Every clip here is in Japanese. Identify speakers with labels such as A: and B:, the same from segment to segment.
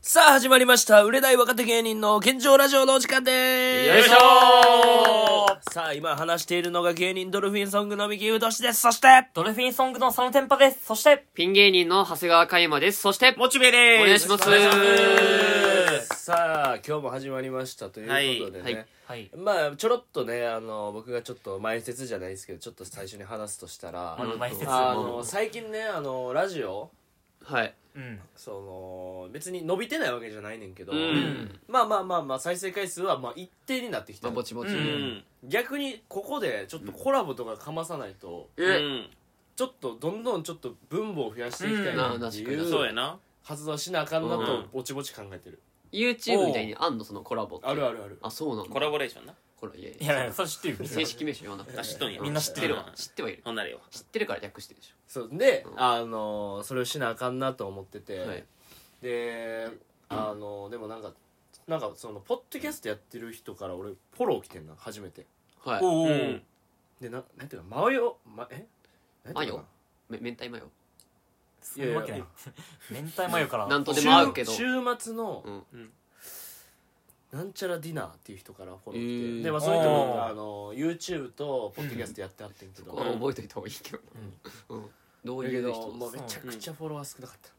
A: さあ始まりました売れない若手芸人の現状ラジオのお時間です
B: よいしょ
A: さあ今話しているのが芸人ドルフィンソングの右ゆうどしですそして
C: ドルフィンソングの佐野天パです。そして、
B: ピン芸人の長谷川嘉山です。そして、
D: モチベです
B: お願いします
D: お願いし
A: さあ今日も始まりましたということでね、
B: はいはい
C: はい。
A: まあちょろっとねあの僕がちょっと前説じゃないですけどちょっと最初に話すとしたら、
C: まあ、前説
A: あ
C: も。
A: の最近ねあのラジオ
B: はい。
C: うん。
A: その別に伸びてないわけじゃないねんけど、
B: うん
A: まあまあまあまあ再生回数はまあ一定になってきた
B: まあ、ぼちぼち。
C: う
D: うんん
A: 逆にここでちょっとコラボとかかまさないと、
D: う
B: え、
D: ん
A: ちょっとどんどんちょっと分母を増やしていきたいなってい
B: うん
A: う
D: そうやな
A: 発動しなあかんな
B: う
A: と
B: ん
A: ぼちぼち考えてる、
B: YouTube みたいにあんのそのコラボって。
A: あるあるある
B: あ、そうなんだ。
D: コラボレーションな
B: コラいやい
C: い
B: や
C: やいや、それ知ってるよ。
B: 正式名称言わなくて
D: あ知っとんや
C: みんな知ってるわ
B: 知ってはいる。
D: ほんなれよ
B: 知ってるから略してるでし
A: そうで、
B: うん
A: あのそれをしなあかんなと思ってて、
B: ょ。はい。
A: であのでもなんかなんかそのポッドキャストやってる人から俺フォロー来てんな初めて
B: はい。
C: おお、
D: うん
A: でななんていうかマヨまえなんていうか
B: め明太マヨ。
C: そういうわけない
A: い。
C: 明太マヨから。
B: なんと
A: な
B: でも合うけど。
A: 週週末の
B: うん。
A: なんちゃらディナーっていう人からフォロー来て、
B: えー
A: で、まあ、その人も
C: あー
A: あの YouTube とポッドキャストやってはってんけど、
B: ここは覚えといた方がいいけど。うん。どう
A: だ
B: い
A: け
B: う
A: ど、
B: 人
A: まあ、
B: です
A: めちゃくちゃフォロワー少なかった、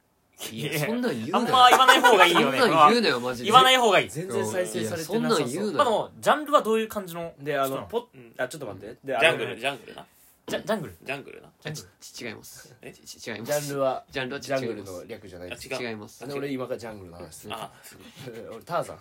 B: いや、そんなん言う
C: あ
B: なんよ。
C: ま言わない方がいいよね。
B: そんなん言うなよ、マジで。。
C: 言わないい方がいい。
A: 全然再生されてなさ
B: いやそんなん言
A: そうう
B: な
C: まあでも、ジャンルはどういう感じの
A: であ
C: 人な
A: のポッあちょっと待ってで
D: ジ
A: あ
D: ャ
A: の
D: ングルジャングルな
C: ジャジャングル。
D: ジャングルな
C: ジャングル
B: ち違います。
D: え
B: ちち違いま
A: ジャ
B: す。
A: ンルは
B: ジャンルは
A: ジャング
B: 違い
A: ル
B: ます
A: の略じゃないです
D: あル
B: 違います。
A: あで俺今からジャングルの話する
D: あ
A: 俺ターザン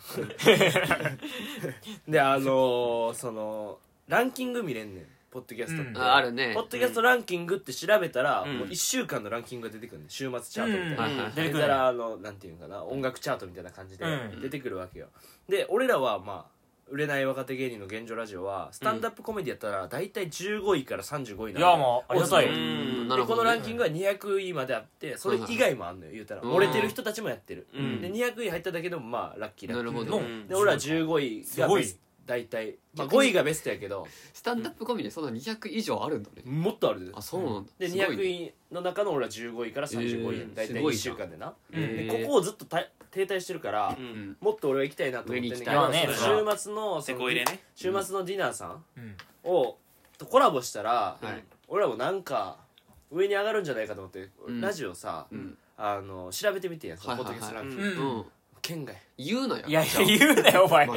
A: であのーそのランキング見れんねんポッドキャストって、
C: うん
B: ああるね
A: ポッドキャストランキングって調べたら、
D: うん
A: もう1週間のランキングが出てくるねん週末チャートみたいな、
B: はいはい
C: 出て
A: 出
C: く
A: た
C: る。
A: らあのなんていうんかな音楽チャートみたいな感じで
C: うん
A: 出てくるわけよ、で俺らはまあ売れない若手芸人の現状ラジオはスタンダップコメディやったら大体15位から35位ない
C: や、もう、ありがたい。
D: う
C: うん
B: な
A: で
B: る
A: こ
B: ほ
A: の
B: ど
A: ラ
B: ね。
A: ンキングは200位まであってそれ以外もあんのよ言うたら
B: うん
A: 折れてる人たちもやってる、
D: うん
A: で200位入っただけでもまあラッキー
B: な
A: だ
B: るほ
C: の
B: ど。
D: うん
A: で俺ら15位
C: す
A: が
C: ごい
A: ベスト大体、まあ、
B: 逆
A: 5
B: に
A: 位がベストやけど
B: スタンダップコミでそんな200以上あるんだね。
A: もっとあるで
B: あ、そうなんだ。
A: です
B: ごい
A: 200位の中の俺ら15位から35位やん、
B: えー
A: 大
B: す
A: 体
B: ご
A: 1
B: いじ
A: 週
B: ゃん
A: 間でな、で
B: へー
A: ここをずっとた停滞してるから、
D: う
B: うんん。
A: もっと俺は行きたいなと思ってんだけど、
B: 上
C: に行きたい
A: そ
C: よ
A: の週末のそ
D: せ
A: の
D: こ入れね
A: 週末のディナーさん
C: ん。
A: をとコラボしたら、
B: はい
A: 俺らもなんか上に上がるんじゃないかと思って、
B: うん
A: ラジオさ、
B: うん。
A: あの調べてみてやんその
B: はい
A: ポ
B: は
A: ッ
B: い
A: ド
B: はい
A: キャストランキング、
D: うん
B: うん。
A: 県外
B: 言うなよ。
C: いやい
B: じゃあ
C: や、言うなよ、お前
B: まあ。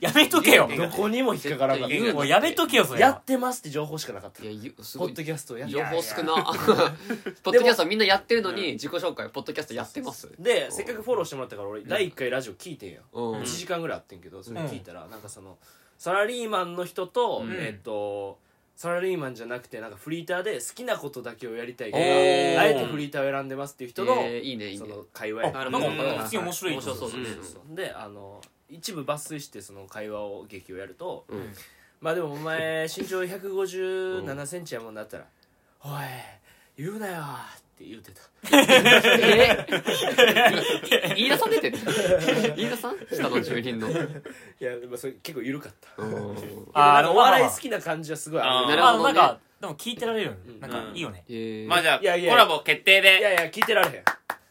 C: やめとけよ。
D: ど
A: どこにも引っかからなかっ
D: 絶対言う
C: もうやめとけよ、そ
A: た
C: れ。
A: やってますって情報しかなかった
B: いや、ゆす
A: ポ
B: ご
A: ッ
B: い
A: ド。キャストやって
B: 情
A: ます
B: 報少な。ポッドキャストはみんなやってるのに、自己紹介、ポッドキャストやってます。
A: でせっかくフォローしてもらったから俺第1回ラジオ聞いてんや、
B: うん。
A: 1時間ぐらいあってんけどそれ聞いたら、なんかそのサラリーマンの人と、
C: うん
A: えっ、とサラリーマンじゃなくてなんかフリーターで好きなことだけをやりたいから
C: お
A: あ
C: ー
A: えてフリーターを選んでますっていう人の、
B: えーいいね、いい
A: そ
B: ね。
A: の会話や
C: あ
B: な
C: な
B: る
C: ん
B: ほ
C: か
B: ど
C: 普通に面白い
B: 面白そうだね。
A: そうそうであの一部抜粋してその会話を劇をやると、
B: うん
A: まあでもお前身長1 5 7センチやもんだったら「おい言うなよ」って言うてた
B: え飯田さん出てる飯田さん下の住人の。
A: いや、まあ、それ結構緩かった
B: うん
C: あー
A: で
C: で
A: も
C: も
A: お
C: まあまあ
A: 笑い好きな感じはすごいあ
D: あ
A: る
D: ー
B: なる
C: あ
B: ほ
C: の、
B: ど
C: な
B: ね
C: んか、でも聞いてられるよね
A: うん
C: なんか、いいよね。
B: えー
D: まあじゃあ
A: いやいや
D: コラボ決定
A: いや
D: で
A: いや聞いてられへん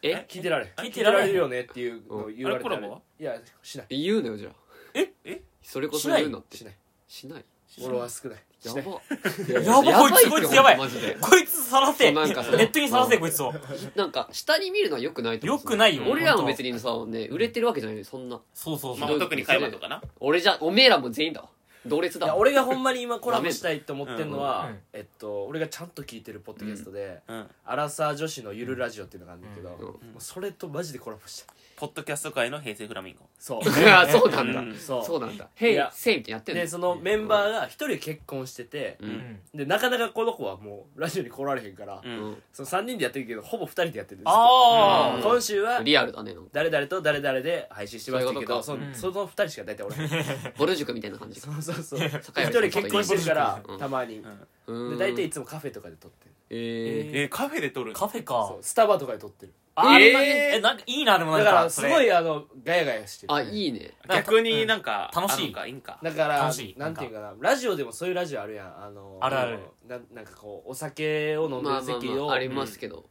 B: え
A: 聞いてられへん
C: 聞いてられへん
A: るよねっていうのを言われたら
D: あれコラボはい
A: やしない
B: 言うなよ、じゃあ。
C: え
D: え
B: それこそ言うなって
A: し。ない
B: しない。
A: フォロワー少ない
B: や
A: し
B: ば
A: ない。
C: やばこいつこいつやばい
B: マジで。
C: こいつさら
B: そう
C: せネ
B: なんかそう
C: ットにさらせこいつを
B: なんか、下に見るのは良くないと思う。
C: 良くないよ
B: 俺らも
C: 本当
B: 別にさ、ね、売れてるわけじゃないよそんな。
C: そうそうそ
D: まあ
C: う
D: 特に会話とかな
B: 俺じゃ、おめえらも全員だわ。同列
A: い
B: だ
A: や
B: わ。
A: 俺がほんまに今コラボしたいと思ってんのは、
C: うんうん
A: えっと俺がちゃんと聞いてるポッドキャストで、
D: うん
A: アラサー女子のゆるラジオっていうのがあるんだけど、
B: うん
A: もうそれとマジでコラボした
D: ポッドキャスト界の平成フラミンゴ
A: そう
B: あ そうなん
D: うん
B: だ。
A: そう
B: そうなんだ。へ
A: い
B: い
A: や、
B: せいみたいなやってん
A: で
B: の
A: そのメンバーが一人結婚してて、
B: う。
C: うんん
A: でなかなかこの子はもうラジオに来られへんから、
D: う
B: うんん
A: その3人でやってるけどほぼ2人でやってるんですよ
C: あ
D: ー
C: あ
A: 今週は
B: リアルだね。なんか
A: 誰々と誰々で配信してましたけどそ
B: そう
C: いうことか
A: のその2人しか大体おらへん
B: ぼる塾みたい な感じ
A: そうそうそう
B: 坂
A: 一
B: 井
A: 人
B: さん
A: 結婚してるから
B: うん
A: たまに
B: う
A: で
B: ん
A: 大体いつもカフェとかで撮ってる
B: え
D: えーカフェで撮る
C: カ
D: の
C: フェ
A: そ
C: か
A: うスタバとかで撮ってる
C: あ
B: え
C: れ
B: ー
C: えなんかいいなでもな
A: だ
C: ん
A: から
C: か
A: す
C: それ
A: ごいあのガヤガヤして
B: ー、あ
A: る
B: いいね
D: 逆になんか
C: 楽しい
D: あんかいいんか
A: だからなん
C: 楽
A: てい
C: し
A: う
C: いなんか
A: かなラジオでもそういうラジオあるやんあの
C: あるあ
A: の
C: る
A: なんなんかこうお酒を飲んで
B: まあ
A: る
B: まあ
A: 席を
B: まあありますけど
A: っ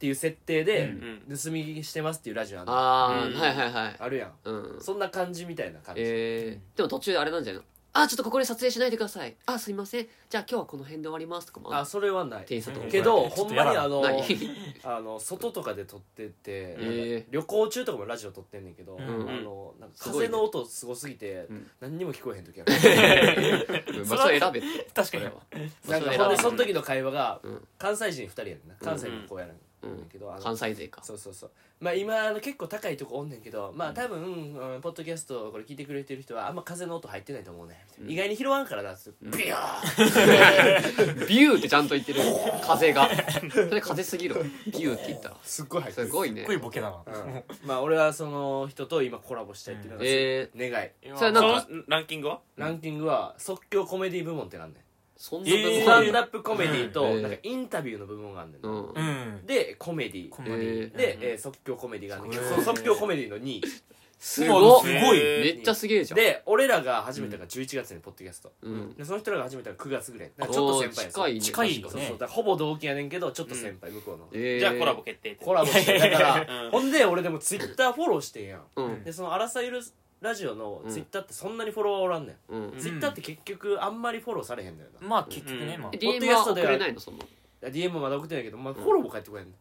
A: ていう設定で
D: うんうん
A: 盗み聞きしてますっていうラジオあんの
B: あ
D: うん
B: ー、はいはいはい。
A: あるやん
B: うん。
A: そんな感じみたいな感じ
B: えー、でも途中であれなんじゃないのあー、ちょっとここで撮影しないでください。あー、すいません。じゃあ今日はこの辺で終わりますとかもあ
A: あ
B: る。
A: それはない
B: 店員さんとかも
A: けど
C: ちょ
A: ほ
C: っ
A: ん
C: と
A: ま
C: や
A: に
C: だ
A: あの
B: ない。
A: あの外とかで撮ってて、
B: うんへー
A: 旅行中とかもラジオ撮ってんねんけど、
C: うん
A: あのなんか
B: すご
A: 風
B: いね
A: の音すごすぎて、
B: うん
A: 何にも聞こえへん時あ る
B: うん場所選べって。
C: 確か
B: そ
C: に
B: れは
A: なんか
B: 場所選べ
A: ほんでその時の会話が、
B: うん
A: 関西人2人やねんな関西の子やねん
B: うん
A: だけど、あの
B: 関西勢か。
A: そうそうそうまあ今あの結構高いとこおんねんけどまあ多分、うんポッドキャストこれ聞いてくれてる人はあんま風の音入ってないと思うね、意外に拾わんからなってビヨーン
B: ビューってちゃんと言ってる。風が。それ風すぎるわ。ビューって言ったら。
A: すっごい入って
B: す
A: る
B: ごい
C: す
B: ね
C: っご。いボケだな
A: うんまあ俺はその人と今コラボしたいっていうのが、
B: え
A: 願い
B: それはなんか
D: そのランキングは
A: ランキングは即興コメディ部門ってなんね
B: ー、そん
A: ん、
B: な部
A: ス
B: 門あ
A: タ
B: る
A: ン
B: んだ
A: ダップコメディと
B: うん
A: なんかインタビューの部門があんねんな、
B: うん
C: う。ん
A: でコメディ
C: こんなに
B: えー、
A: で、
D: うん
A: えー即興コメディがあんねんけど
C: へー
A: その即興コメディの2位
B: すごっ
C: すごい
D: え
B: めっちゃすげえじゃん。
A: で俺らが始めたのが11月にポッドキャスト、
B: うん。
A: でその人らが始めたのが9月ぐらいだからちょっと先輩やん
B: おー近いね。
C: 近い
A: そ
C: よ
A: うそう
C: ね
A: そうだからほぼ同期やねんけどちょっと先輩向こうの、
B: えー
D: じゃあコラボ決定って
A: コラボしてだから
D: う、ん
A: ほんで俺でもツイッターフォローしてんやん
B: うん。
A: でその「アラサゆるラジオ」のツイッターってそんなにフォロワーおらんねん、
B: うん。
A: ツイッターって結局あんまりフォローされへんのよな、
C: まあ結局ね
D: うん
C: まあ
B: え
A: ポッドキ
B: DM
A: ャ
B: は
A: スト
B: 送
A: で
B: れないのその。
A: いや DM まだ送ってないけど、まあ、フォローも返ってこへんねん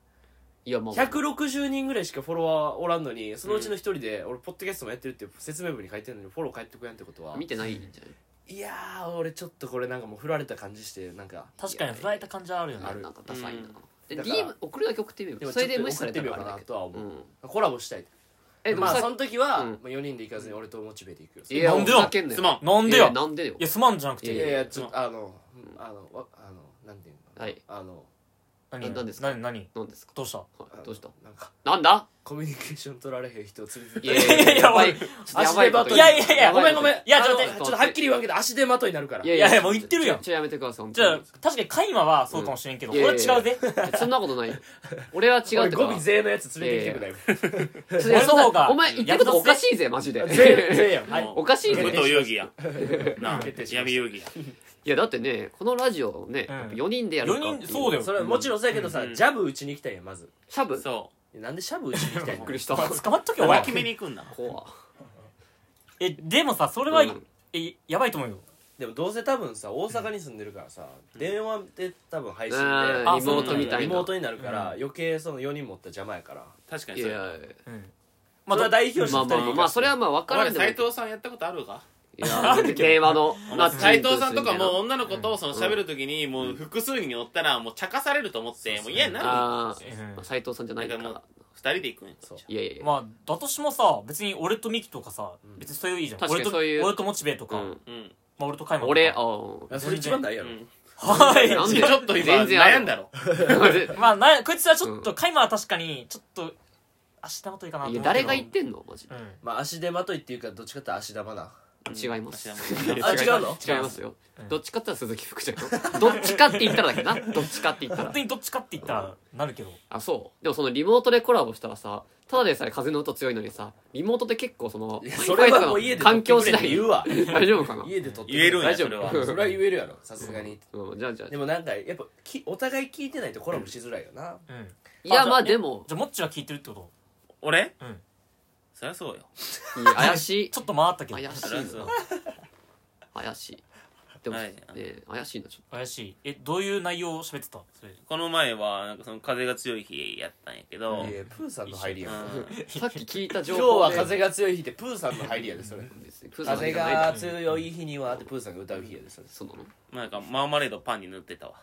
B: いや、まあ。
A: 160人ぐらいしかフォロワーおらんのにそのうちの一人で俺ポッドキャストもやってるっていう説明文に書いてるのにフォロー返ってこやんってことは
B: 見てないんじゃない
A: いやー俺ちょっとこれなんかもう振られた感じしてなんか
C: 確かに振られた感じはあるよね
A: ある
B: なんかダサいな
D: うん。
B: で、
A: だから
B: DM 送るだけ送ってみ
A: で
B: よ
A: も
B: う。
A: ち
B: そ
A: ょ
B: れ
A: っ
B: で
A: と
B: 無視さ
A: 送っ
B: れ
A: て
B: た
A: みよう
B: らあ
A: かな
B: れだけ
A: とは
B: ど。
A: 思
B: う
A: う、
B: ん。
A: コラボしたい
B: え、でも
A: まあそ
B: さ、
A: の時は、
B: うん
A: まあ、4人で行かずに俺とモチベで行くよ
B: いや、
C: なんでよ
B: ふざけんな
D: すまん
C: なんでよ
B: いやなんでよ
C: い。やすまんじゃなく
A: い
B: え
C: て
A: やいやちょっとあのあのわあのなんていうのかな
B: はい
A: あの
B: な
C: 何
B: なんですか
C: 何何
B: なんですか
C: どうした
A: あ
B: はい
A: の
B: どうした
A: なんか
B: なんだ
A: コミュニケーション取られへん人を連れて
B: い
A: っ
B: や
A: て
B: いやいや、やばい。ちょっとやばいこと言う
C: いやいやいや
A: ごめんごめん
B: い
C: いや
A: あの
C: ちょっと待
B: って
A: ちょっとはっきり言わんけど足手まといになるから
B: や
C: いやいやもう言ってるやん
B: ちょちょやめてください、本
C: じゃ
B: 当
C: あ
B: に。
C: 確かにカイマはそうかもしれんけど
B: うん
C: これは違うぜ
B: そんなことないよ。俺は違う
A: 俺
B: って
A: 語尾税のやつ連れてきてくれ
B: いや
C: 俺の
B: そ
C: 方が
B: んなお前言ってることおかしいぜ、マジで。
A: 税税やん
C: はい
B: おかしい
D: 武
B: ぜ。
D: 藤容疑やなあ
A: 決定しました
D: 闇容疑や
B: いや、だってね、このラジオをね、
C: うん
B: やっぱ4人でやるか。
C: 4人そうだよ
A: それはもちろんそうやけどさ、
D: うん
A: ジャブ打ちに行きたいやんまず
B: シャブ
D: そ
A: なんでシャブ打ちに行きたい
B: びっ
A: の
B: くりした。
C: まあ捕まっとけ
D: う
C: お前
D: 脇目に行くんだ
B: 怖
C: えでもさそれは
B: うん
C: えやばいと思うよ
A: でもどうせ多分さ大阪に住んでるからさ、電話で多分配信で、
B: うん
A: あ
B: リモートみたい
A: リ
B: な
A: モートになるから、
C: うん
A: 余計その4人持った邪魔やから
D: 確か
B: い
D: に
B: や
D: そ
B: いうや
C: うん
A: まあ、それは代表者2
B: まあ
A: 人
B: まあまあまあそれはまあ分
D: お
B: から
D: 前
B: んでも
D: 斎藤さんやったことあるか
B: いや電話のな
D: 斎藤さんとかもう
B: う
D: 女の子とその喋る時にもう複数人おったらもう茶化されると思ってもう嫌にな
B: あ
C: う
B: ー
C: ん
B: まあ斎藤さんじゃないか
D: なん
B: ら
D: かる二人で行くんや
A: そう
B: いやいやいや、
C: まあだとしてもさ別に俺とミキとかさ
A: うん
C: 別にそういういいじゃん
B: 確かに
C: 俺と
B: そういう
C: 俺とモチベとか
B: うん、
D: うん
C: まあ俺とカイマとか
B: 俺あー
A: いやそれ一番ないやろ、
D: うん
C: は
B: ないん
D: ち
B: で
D: ょっと今
B: 全然ある
D: 悩んだろ
C: まあなこいつはちょっ
B: う
C: とカイマは確かにちょっと足手まといかなと
B: い
C: 思
B: や
C: う
B: 誰が
C: い
B: 言ってんのマジで
C: う、ん
A: まあ足手まといっていうかどっちかって足玉な
B: 違います
D: うん
A: あ違うの
B: 違いますよ、
C: うん
B: どっちかって言ったら鈴木福ちゃんよどっちかって言ったらだけどなどっちかって言った
C: 本
B: ら
C: 当にどっちかって言ったらなるけど
B: あそうでもそのリモートでコラボしたらさただでさえ風の音強いのにさリモートで結構その
A: いやそれはもう家で
B: 環境次
A: 撮って
B: 第
A: くれって言うわ
B: 大丈夫かな
A: 家で撮ってく
D: 言
A: れ
D: えるん
B: 大
D: や
B: 丈夫
D: それは
B: うん
A: それは言えるやろさすがに、
B: うん、じゃあじゃあ
A: でもなんかやっぱきお互い聞いてないとコラボしづらいよな、
C: うん
B: いやまあでも
C: じゃあモッチは聞いてるってこと
D: 俺
C: うん
D: そりゃそうよ
B: いや怪しい
C: ちょっと回ったけど
B: 怪し
D: そりゃ
B: い
D: そう
B: な怪しいでも、
D: はい
B: ね怪しいなちょっ
C: 怪しいえどういう内容を喋ってたそれ
D: この前はなんかその風が強い日やったんやけど
A: いやプーさんの入りやん
D: うん
B: とさっき聞いた情
A: 今
B: 報
A: 日は風が強い日ってプーさんの入りやでそれ
B: 別に風
A: 風
B: が
A: が強い日にはってプーさんが歌う日やでそれ
B: そうなの
D: まあなんかマーマレードパンに塗ってたわ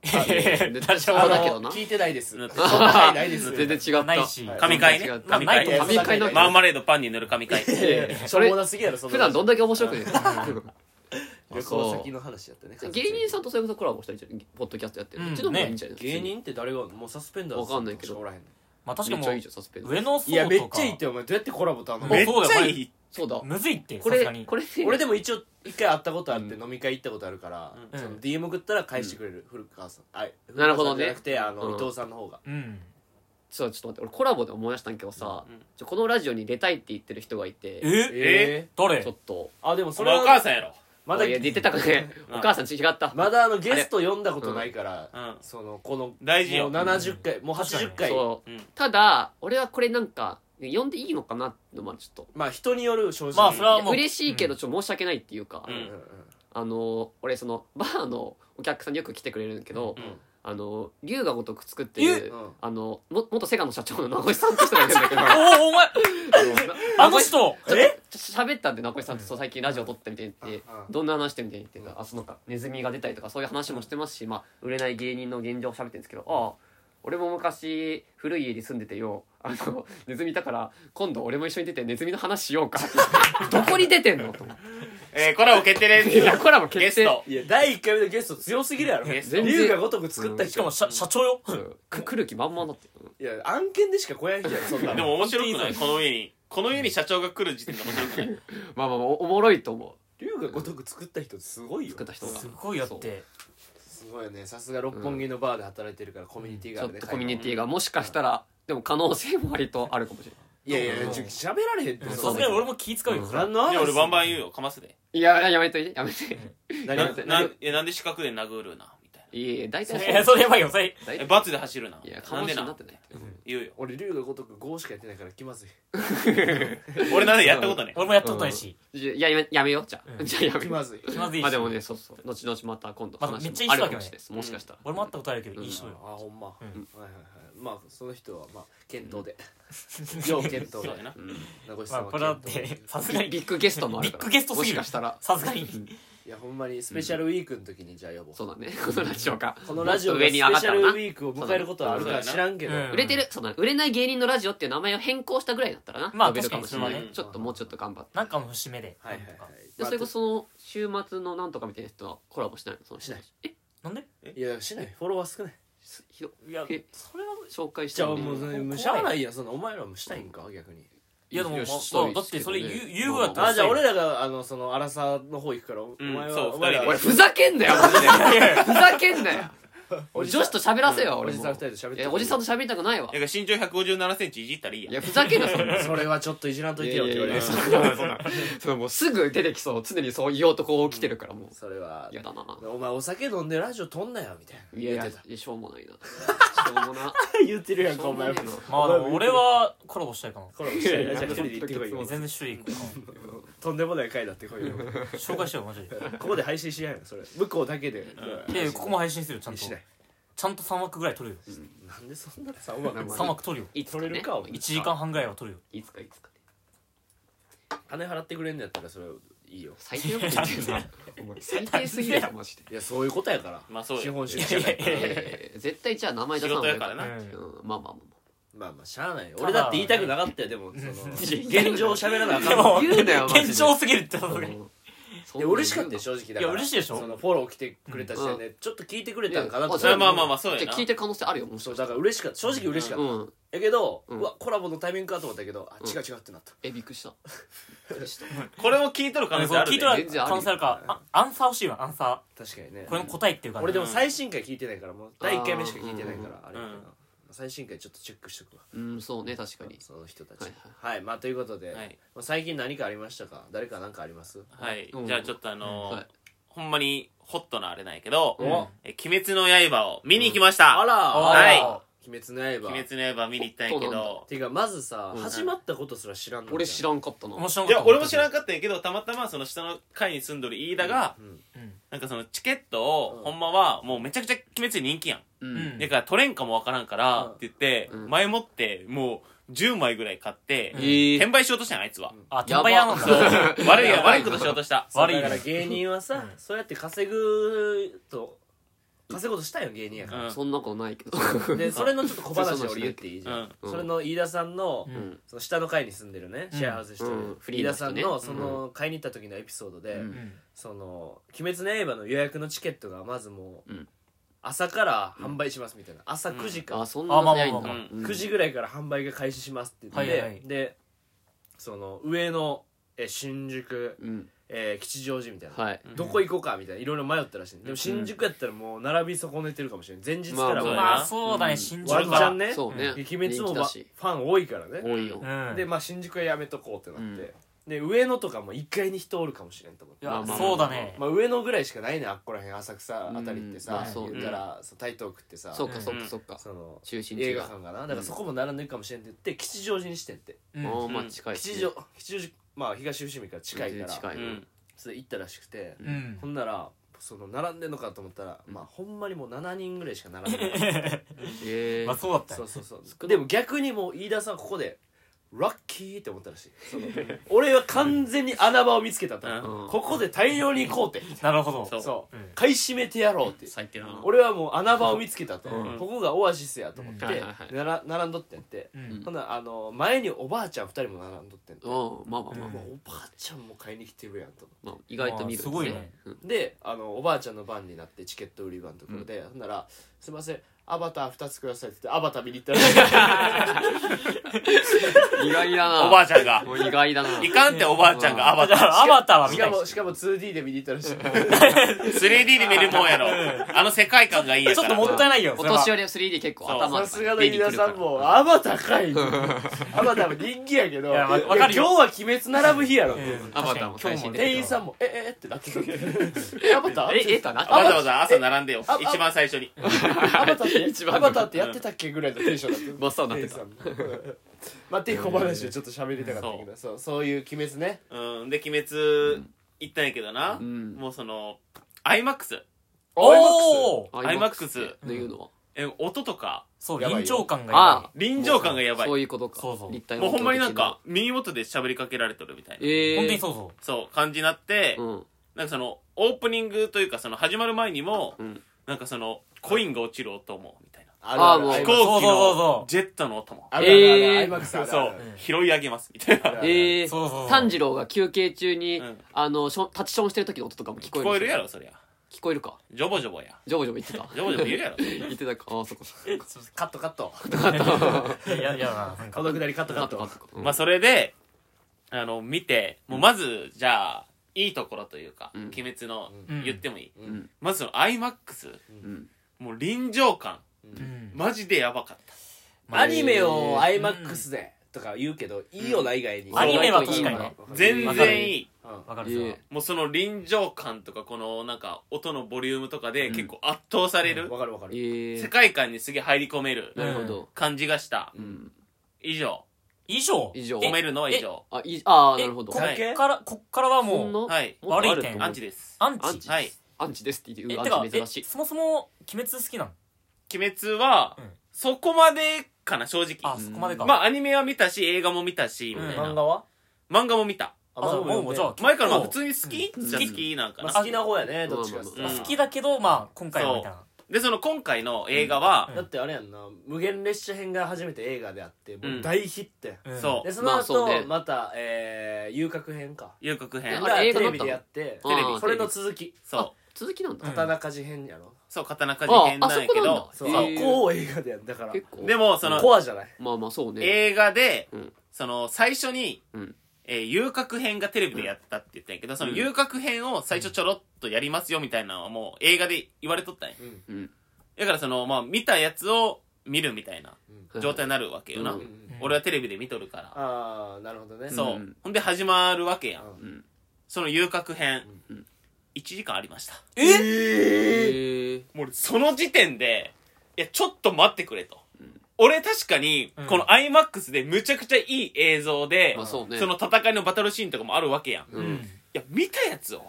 B: で多
C: あ
B: 少だけ
A: あ
B: ど
A: の
B: な
A: 聞いてないです
D: うん
A: そんな回ないです
B: 全然違った
C: ないし
A: はい
D: 神回ね
B: 全然違った
D: 神
C: 回
B: まあ神回の
D: マーマレードパンに塗る神回
A: しょうもなすぎやろその
B: 普段どんだけ面白くね
A: 旅行先の話やったね
B: え芸人さんとそれこそコラボしたりじゃんポッドキャストやってる
C: うん
B: うちの方がいいんじゃない
A: 芸人って誰がもうサスペンダーズ
B: わかんないけど
A: しかおらへん
C: まあ確
B: め
C: か
B: っちゃ
C: にもう
B: いいじゃんサスペンス
C: 上の
A: いや
C: 層
A: めっ
C: と
A: ち
C: か
A: ゃいいってお前どうやってコラボ頼むの
D: めっちゃいい
B: そうだ
C: むずいって
B: こ
C: さすがに
B: れこれね
A: 俺でも一応一回会ったことあって飲み会行ったことあるから
C: うん
A: その DM 送ったら返してくれる古川さんあ
B: なるほ
A: 古川さ
B: どね
A: んじゃなくてあ
B: う
A: の
B: ん
A: 伊藤さんの方が
C: うん
B: ちょっと待って俺コラボで思い出したんけどさ
D: うん
B: ちょこのラジオに出たいって言ってる人がいて
C: え
A: え
B: ちょ
C: 誰
B: っと
A: ーあでもそ
D: そ
A: れ
D: れ
A: は
D: お母さんやろ
A: まだ
B: いや出てたかねお母さん違った
A: まだあのゲスト呼んだことないから、
D: うん
A: そのこの
D: 大事よ
A: もう70回、もう80回
B: そう
D: うん
B: ただ俺はこれなんか呼んでいいのかなってのもちょっ
A: まあ人による正直
C: まあそれは
B: と
C: もう
B: 嬉しいけどちょっと申し訳ないっていうか、
D: うん
B: あの俺そのバーのお客さんによく来てくれるんだけど、
D: うん
B: あの龍が如く作ってる、
A: 龍うん
B: あのも元セガの社長の名越さんって人がいるんだけ どあ
C: おおお前
B: の
C: あの人
A: え
B: しゃべったんで名越さんとそう最近ラジオ撮ってみてって、
A: うん
B: どんな話してみてっていうか、あそのかネズミが出たりとかそういう話もしてますし、まあ、売れない芸人の現状を喋ってるんですけど、ああ俺も昔古い家に住んでてよあのネズミだから今度俺も一緒に出てネズミの話しよ うかどこに出てんのと思っ
D: えー、コラボ決定で
B: ていや
D: す
B: コラボ
D: ゲ
B: 決
D: ス
B: 定
D: ト
A: いや第1回目のゲスト強すぎるやろ
D: ゲスト
A: 龍が如く作った
C: しか
A: 人、
C: も社社長よ
B: うんく来る気満々だって、うん
A: いや案件でしか来やんじゃんそんなの
D: でも面白くない
C: 本当にいい
D: この家にこの家に社長が来る時点で面白くない
B: まあまあまあおおもろいと思
A: 龍が如く作った人ってすごいよ
B: 作った人
C: すごいやって
A: すごいよねさすが六本木のバーで働いてるから、コミュニティ
B: う
A: があ
B: ちょ
A: る
B: っ
A: ね
B: とコミュニティがもしかしたらでも可能性も割とあるかもしれない
A: いやいやいやちょ喋られへんって
C: さす
B: そう
C: がに俺も気使うよ
B: うん
C: それ
A: 何の話
D: いや俺バンバン言うよかますで
B: いややめといてやめて
A: 何
D: な
A: や
D: ん
A: って
D: なんえなんで四角で殴るなみたい
B: いやいや大体
C: いやそれやばいよそれ
B: 大
D: な
B: 体
D: え罰で走るない
B: や
D: な
B: か
D: ん
B: も
D: で
B: しれ
D: な
B: になってない
D: 言うよ
A: 俺龍が如く5しかやってないから気まずい
D: 俺なんでやったこ とね
C: 俺もやったことないし
B: いややめやめようじゃあ、
C: うん
B: じゃあ やめ
A: 気
B: よ
A: ま
B: う
A: ずい
C: 気まずい
B: まあでも
C: し
B: ねそうそう後々また今度
C: まあ
B: 話
C: めっちゃいい
B: もあ
C: 人
B: るか
C: だ
B: も
C: けどね
B: しれないですもしかしたら、
C: 俺も会ったことあるけど
B: うん
C: いい人よ
A: あほんま、
C: う
A: は
C: ん
A: いはいはいまあその人はまあ検討で、 要検討
D: そう
A: で
D: やな
B: うん
A: 名越
C: ま
A: さ
C: あ
A: んは
C: これだっ
A: 検討で、
C: てさすが
B: ビビ
C: に
B: ッグゲストもあるから
C: ビッグゲストすぎる
B: もしかしたら
C: さすがに
A: いやほんまにスペシャルウィークの時にじゃあ呼ぼう、
B: そうだねこのラジオが
A: このラジオ
B: も
A: が
B: っ
A: スペ
B: と上に
A: シ
B: 上がった
A: ャルウ
B: らな
A: ィークを迎えることはあるから知らんけど、
C: うん
B: 売れてるそうだね売れない芸人のラジオっていう名前を変更したぐらいだったらな
C: まあ
B: 呼べるかもしれない、
D: 確かに
B: ちょっともうちょっと頑張って
C: なんかの節目で
A: はいはいはい
B: でそれこそその週末のなんとかみたいな人はコラボしないのその人
A: しない
B: え
C: なんで
A: いやしないフォロワー少ない
B: すひど
C: いや
B: え
C: それは
B: 紹介し
A: じ
B: て
A: ゃあ
B: も
A: もう
B: ね
A: それ
C: うん
A: もうしゃあないやんそのお前らもしたいんか逆に
C: いやでもまあ
B: したい
C: だってそれ
B: ですけど
C: 言う言うわって
B: まあ
A: あじゃあ俺らがあのその荒さの方行くからおお
D: うん
A: 前
D: そう
A: はお前ら
D: 二
B: 俺
D: 人
B: ふざけんなよマジでふざけんなよ俺女子と喋らせ
A: う
B: よ
A: ん
B: 俺
A: おじ
B: も
A: さん二人と喋って
B: いやおじさんと喋りたくないわ
D: だから身長157センチいじったらいい
B: い
D: や
B: やふざけんなそんな
A: それはちょっといじらんといてよって言われる
D: いやいやいや
B: そのもうすぐ出てきそう常にそういう男起きてるからもう
A: それは
B: 嫌だな
A: お前お酒飲んでラジオ撮んなよみたいない
B: や
A: 言
B: いや
A: ってた
B: しょうもないなしょうもな
A: 言ってるやん
B: しょ
A: か
B: う
A: お
B: も
A: 前
B: ね
A: も
B: えな
C: まあでも俺はコラボしたいかな
A: コラボしたい
B: いやい
A: なじ
B: や
A: ゃあ一人で行ってこい
C: もう
A: よ
C: 全然周囲行くか
A: とんでもない回だってこ いよ
C: 紹介しようマジで
A: ここで配信しないのそれ向こうだけで
C: いやいやここも配信するよちゃんと
A: しない
C: ちゃんと3枠ぐらい取るよ
A: なんでそんなさうまく
B: うん
C: 3枠取るよ
B: いつか
A: 取れ
B: ね
A: るかお前
B: い
C: 1
B: つ
C: 時間半ぐらいは取るよ
B: いつかいつかね
A: 金払ってくれんのやったらそれいいよ
B: 最低のこと言ってるなお前最低すぎるよマジで
A: いやそういうことやから
D: まあそうよ
A: 資本主義社会
C: いやいやいや
B: えー絶対じゃあ名前出さない
D: 仕事やから
C: な
B: うんまあまあまあ
A: まあまあしゃあないよ俺だって言いたくなかったよでもその
B: や
A: 現状喋らなあ
C: で
A: かん
C: も
A: もん
B: 言うなよマジで
C: 現状すぎるってさ
B: まあ
C: す
B: う
C: がに
B: んそ
A: い
B: んな
A: や
B: の
A: 嬉しかったよ正直だから
C: いや嬉しいでしょ
A: そのフォロー来てくれた時点でちょっと聞いてくれたんかなと
D: それはまあまあまあ
B: じ
D: そうや
B: ゃあ
D: な
B: 聞いてる可能性あるよもし
A: そ
B: か
A: う
B: し
A: だ
B: たら
A: から嬉しかった正直嬉しかった
B: うん
A: やけど、
B: う
A: うんわコラボのタイミングかと思ったけどあ違う違うってなった、
B: えびっくりしたびっくりした
D: これも聞いとる可能性ある
C: 聞い
D: で
C: たら
B: 全然あるよ
C: 可能性あるからあアンサー欲しいわアンサ
A: 確かにね
C: ーこれの答えっていうか
A: 俺でも
D: うん
A: 最新回聞いてないからもう第1回目しか聞いてないから
D: あー
A: あれやけど
D: うん
A: 最新回ちょっとチェックしとくわ
B: うんそうね確かに
A: その人たち
B: は
A: はいい、まあということで、
D: はい
A: まあ、最近何かありましたか誰か何かあります
D: はい
B: うん
D: じゃあちょっとあのー
B: はい
D: ほんまにホットなあれなんやけど
A: おあ
D: 「え鬼滅の刃」を見に行きまし
A: ら
D: たは
A: 「鬼滅の
D: い
A: 刃」
D: 鬼
A: っ
D: 滅の刃見に行ったんやけ
B: そうなん
D: ど
A: ていうかまずさ、
D: うん
A: 始まったことすら知らんの
B: 俺知
A: らん
B: らんかったな
C: 面白
D: いや俺も知
C: ん
D: らんかったんやけどたまたまその下の階に住んどる飯田が
A: うん
D: なんかそのチケットをほんまはもうめちゃくちゃ鬼滅人気やん
B: う
C: うんん
D: だから取れんかもわからんからって言って
B: うん
D: 前もってもう10枚ぐらい買って
C: う
B: え
C: ん
B: ー
D: 転売しようとしたんやあいつは
C: あ
B: やば
C: 転売屋なん
D: そう
C: だ
D: 悪い
B: や
D: や
B: ば
D: 悪
B: い
D: いことしようとした
C: 悪い
A: だ
C: ね
A: から芸人はさ、
C: うん
A: そうやって稼ぐと稼ぐことしたよ芸人やから、
D: うん
B: そんなことないけど
A: でそれのちょっと小話
B: そうそう
A: を
B: そう
A: 俺言っていいじゃん、
B: うん
A: それの飯田さんの,、
C: うん
B: うん
A: その下の階に住んでるね、
C: うん
A: シェアハウスしてる、
B: うんフリ
A: 飯
B: ーの
A: 田
B: 人
A: さん
B: ね
A: のその買いに行った時のエピソードで、
B: うん
C: うん
A: その「鬼滅の刃」の予約のチケットがまずもう、
B: うん
A: 朝から販売しますみたいな朝9時か、
B: あそんな早いんだ
D: あまあまあまあ
A: 9時ぐらいから販売が開始しますって言って、
C: はいはい
A: でその上のえ新宿、
B: うん
A: えー吉祥寺みたいな、
B: はい
D: うん
A: どこ行こうかみたいないろいろ迷ったらしいでも新宿やったらもう並び損ねてるかもしれない前日から
D: ま
A: も
D: あ
A: う
C: まあそうだ
B: うん
C: ね新宿
A: ワンチ
C: か
A: ャ
C: ら
A: ンね
B: そうね
A: 鬼滅も、
B: 人気
A: ま
B: だ
A: あ
B: し
A: ファン多いからね
B: 多いよ
C: うん
A: でまあ新宿はやめとこうってなって、
B: うん
A: でで上野とかも意外に人おるかもしれんと思って
C: いや、
B: まあまあ
C: そうだね、
A: まあ、上野ぐらいしかないねんあっこら辺浅草あたりって
B: うん
A: さ
B: まあ、そう
A: 言ったら、そう台東区ってさ
B: そうかそうかそうか
A: その
B: 中心
A: 映
B: 地
A: 画
B: が
A: 館かなだからそこも並んでるかもしれんって言って吉祥寺にしてんって、
C: う
B: あ
C: ん
B: ーまあ
D: うん
B: 近いですね
A: 吉祥吉祥寺まあ東伏見から近いから
B: 近いな
D: うん
A: それ行ったらしくて、
C: う
A: ほ
C: ん
A: んならその並んでんのかと思ったら、
B: うん
A: まあほんまにもう7人ぐらいしか並んでない
B: え
C: まあそうだった
A: そう
C: よ
A: そうそうでも逆にもう飯田さんここでラッキーって思ったらしいその俺は完全に穴場を見つけたと、
D: うん
A: ここで大量に行こうって
C: なるほど
D: そう
A: そう、
C: うん
A: 買い占めてやろうって
D: 最低だな
A: 俺はもう穴場を見つけたと、
B: うん
A: ここがオアシスやと思って、
B: うんはいはいはい
A: なら並んどってんって、
C: うん
A: ほんならあの前におばあちゃん2人も並んどってんて、
B: うんまあまあまあ
A: も
C: ん
A: うおばあちゃんも買いに来てるやんと思
B: まあ意外と見るんです
C: まあすごいね
B: うん
A: ってであのおばあちゃんの番になってチケット売り場のところで、ほんなら「すいませんアバター2つください」って言ってアバター見に行ったら
B: 意外だな
D: おばあちゃんが
B: もう意外だない
D: かんっておばあちゃんがアバタ
C: だか
D: ー
C: らアバターは
A: し
C: 見た
A: か
C: い
A: もしかも 2D で見に行ったらしい
D: 3D で見るもんやろあの世界観がいいや
C: ちょ
D: か
C: っ
D: ら
C: ともったいないよ
B: お
C: それは
B: 年寄りは 3D 結構頭
A: さすがの
B: 目に
A: 飯
B: く
A: 田さ
B: るから
A: んもアバターかいアバターも人気やけど
C: いやわ
A: いや
C: わかるよ
A: 今日は「鬼滅」並ぶ日やろ
C: うん
B: アバターも最新で
A: 店員さんも「えええってな ってたえアバター?」
B: えええかな
D: わざわざ朝並んでよ
A: ああ
D: 一番最初に
A: アバターって
B: 一番
A: アバターってやってたっけぐらいのテンションだ った
B: 真っ青になって
A: 店員さ
B: た
A: んもうん まあっていう小話をちょっと喋りたかったけどそうそういう鬼滅ね
D: うんで鬼滅行ったんやけどな
B: うん
D: もうその IMAX
C: おお
D: IMAX
B: というのは
D: え音とか
C: そう
A: やばいよ
C: 臨場感がやば
B: あ
D: 臨場感がやばい
B: そういうことか
C: そうそう
B: 立体
D: もう
B: 音響
D: ほんまになん
B: 的
D: か耳元で喋りかけられてるみたいな
C: いう
B: ええ
C: ん本当にそうそ
D: そう感じになって
B: うん
D: なんかそのオープニングというかその始まる前にも
B: うん
D: なんかそのコインが落ちる音もみたいな
A: あ
B: あもう
D: 飛
B: そう
C: そう
D: 行機
C: そう
D: の
C: そう
D: ジェットの音も
A: あるある
B: えー
A: アイマックスあるあ
D: そ
A: る
D: う拾い上げますみたいな
A: あるある
B: ええ
C: そうそうそう
B: 炭治郎が休憩中に
D: うん
B: あのしょ立ちションしてる時の音とかも聞こえる
D: 聞こえるやろそりゃ
B: 聞こえるか
D: ジョボジョボや
B: ジョボジョボ言ってた
D: ジョボジョボ言うやろ
B: 言ってたかああそこそっか
A: そうカットカット
C: ういやいやななん
A: こ
C: か
A: のくだりカットカット
B: うん
D: まあそれであの見てもうまずじゃあいいところというか「
B: うん
D: 鬼滅」の
C: うん
D: 言ってもいい
A: うん
D: まずその IMAX
B: うん
D: もう臨場感
C: うん
D: マジでやばかった
A: アニメをアイマックスでとか言うけどいいよな以外に
C: アニメは確かに
A: わ
C: ね
A: る
D: 全
C: わかる
D: 然いい
A: うん
C: わかる
B: い
C: そ
B: え
C: れは
D: もうその臨場感とかこのなんか音のボリュームとかで
B: うん
D: 結構圧倒される
A: わかるわかる
B: ええ
D: 世界観にすげえ入り込める
B: なるほど
D: 感じがした
B: うん
D: 以上
C: 以上
B: 以上
D: 褒めるのは以上
B: あいいああなるほど
C: えこ
A: だけ
C: っからこっからは
B: そんな
C: もう
D: はい
B: もっとある
C: 悪い点
D: アンチです
C: アン
B: アン
C: チ
B: チ
D: はい
B: アンチですって言って
C: え
B: う
C: て
B: わア
C: か
B: ンチ
C: え
B: 珍しい
C: そもそも鬼滅好きなの
D: 鬼滅は
C: うん
D: そこまでかな正直
C: あそこまでか
D: まあアニメは見たし映画も見たしみたい
C: うん
A: 漫
D: な
A: 画は
D: 漫画も見た
A: あ
C: あそう
A: 漫画
C: もうもうじゃあ
D: 前からまあ普通に好き
B: うん
D: じゃ好きなんか
A: ま
D: な
A: あ好きな方やねどっちかっつったら
D: うん
C: 好きだけどまあ今回はみたいな
D: でその今回の映画は
C: うん
A: だってあれやんな無限列車編が初めて映画であってもううん大ヒットやん
C: うん
D: そう
A: でその
B: まあそうね
A: 後またえー遊郭編か
D: 遊郭編
B: あ
A: が
B: れ
A: テレ
B: 映画だったの
A: ビでやって
B: あ
D: レビ
B: ー
A: それの続き
D: そう
B: 続きなんだ
C: うん
A: 刀鍛冶編やろ
D: そう刀鍛
B: あ
D: 冶編なんやけ
B: あそこなんだ
D: ど
A: そ
B: へ
A: う
B: ー
A: こう映画でやんだから
B: 結構
D: でもその
A: コアじゃない
B: まあまあそうね
D: 映画で
B: うん
D: その最初に
B: うん
D: えー遊郭編がテレビでやったって言ったんやけどその
B: うん
D: 遊郭編を最初ちょろっとやりますよみたいなのはもう映画で言われとったんや
A: うん
B: うん
D: だからそのまあ見たやつを見るみたいな状態になるわけよな、
B: うん
A: うん
D: 俺はテレビで見とるから、
A: ああなるほどね
D: そう、
B: うん
D: ほんで始まるわけやん、
A: うん
D: その遊郭編、
B: うん
D: 1時間ありました
C: え
B: へえ
D: もうその時点でいやちょっと待ってくれと、俺確かに
C: うん
D: この IMAX でむちゃくちゃいい映像で、
B: まあそうね
D: の戦いのバトルシーンとかもあるわけやん、い
C: うん
D: や見たやつを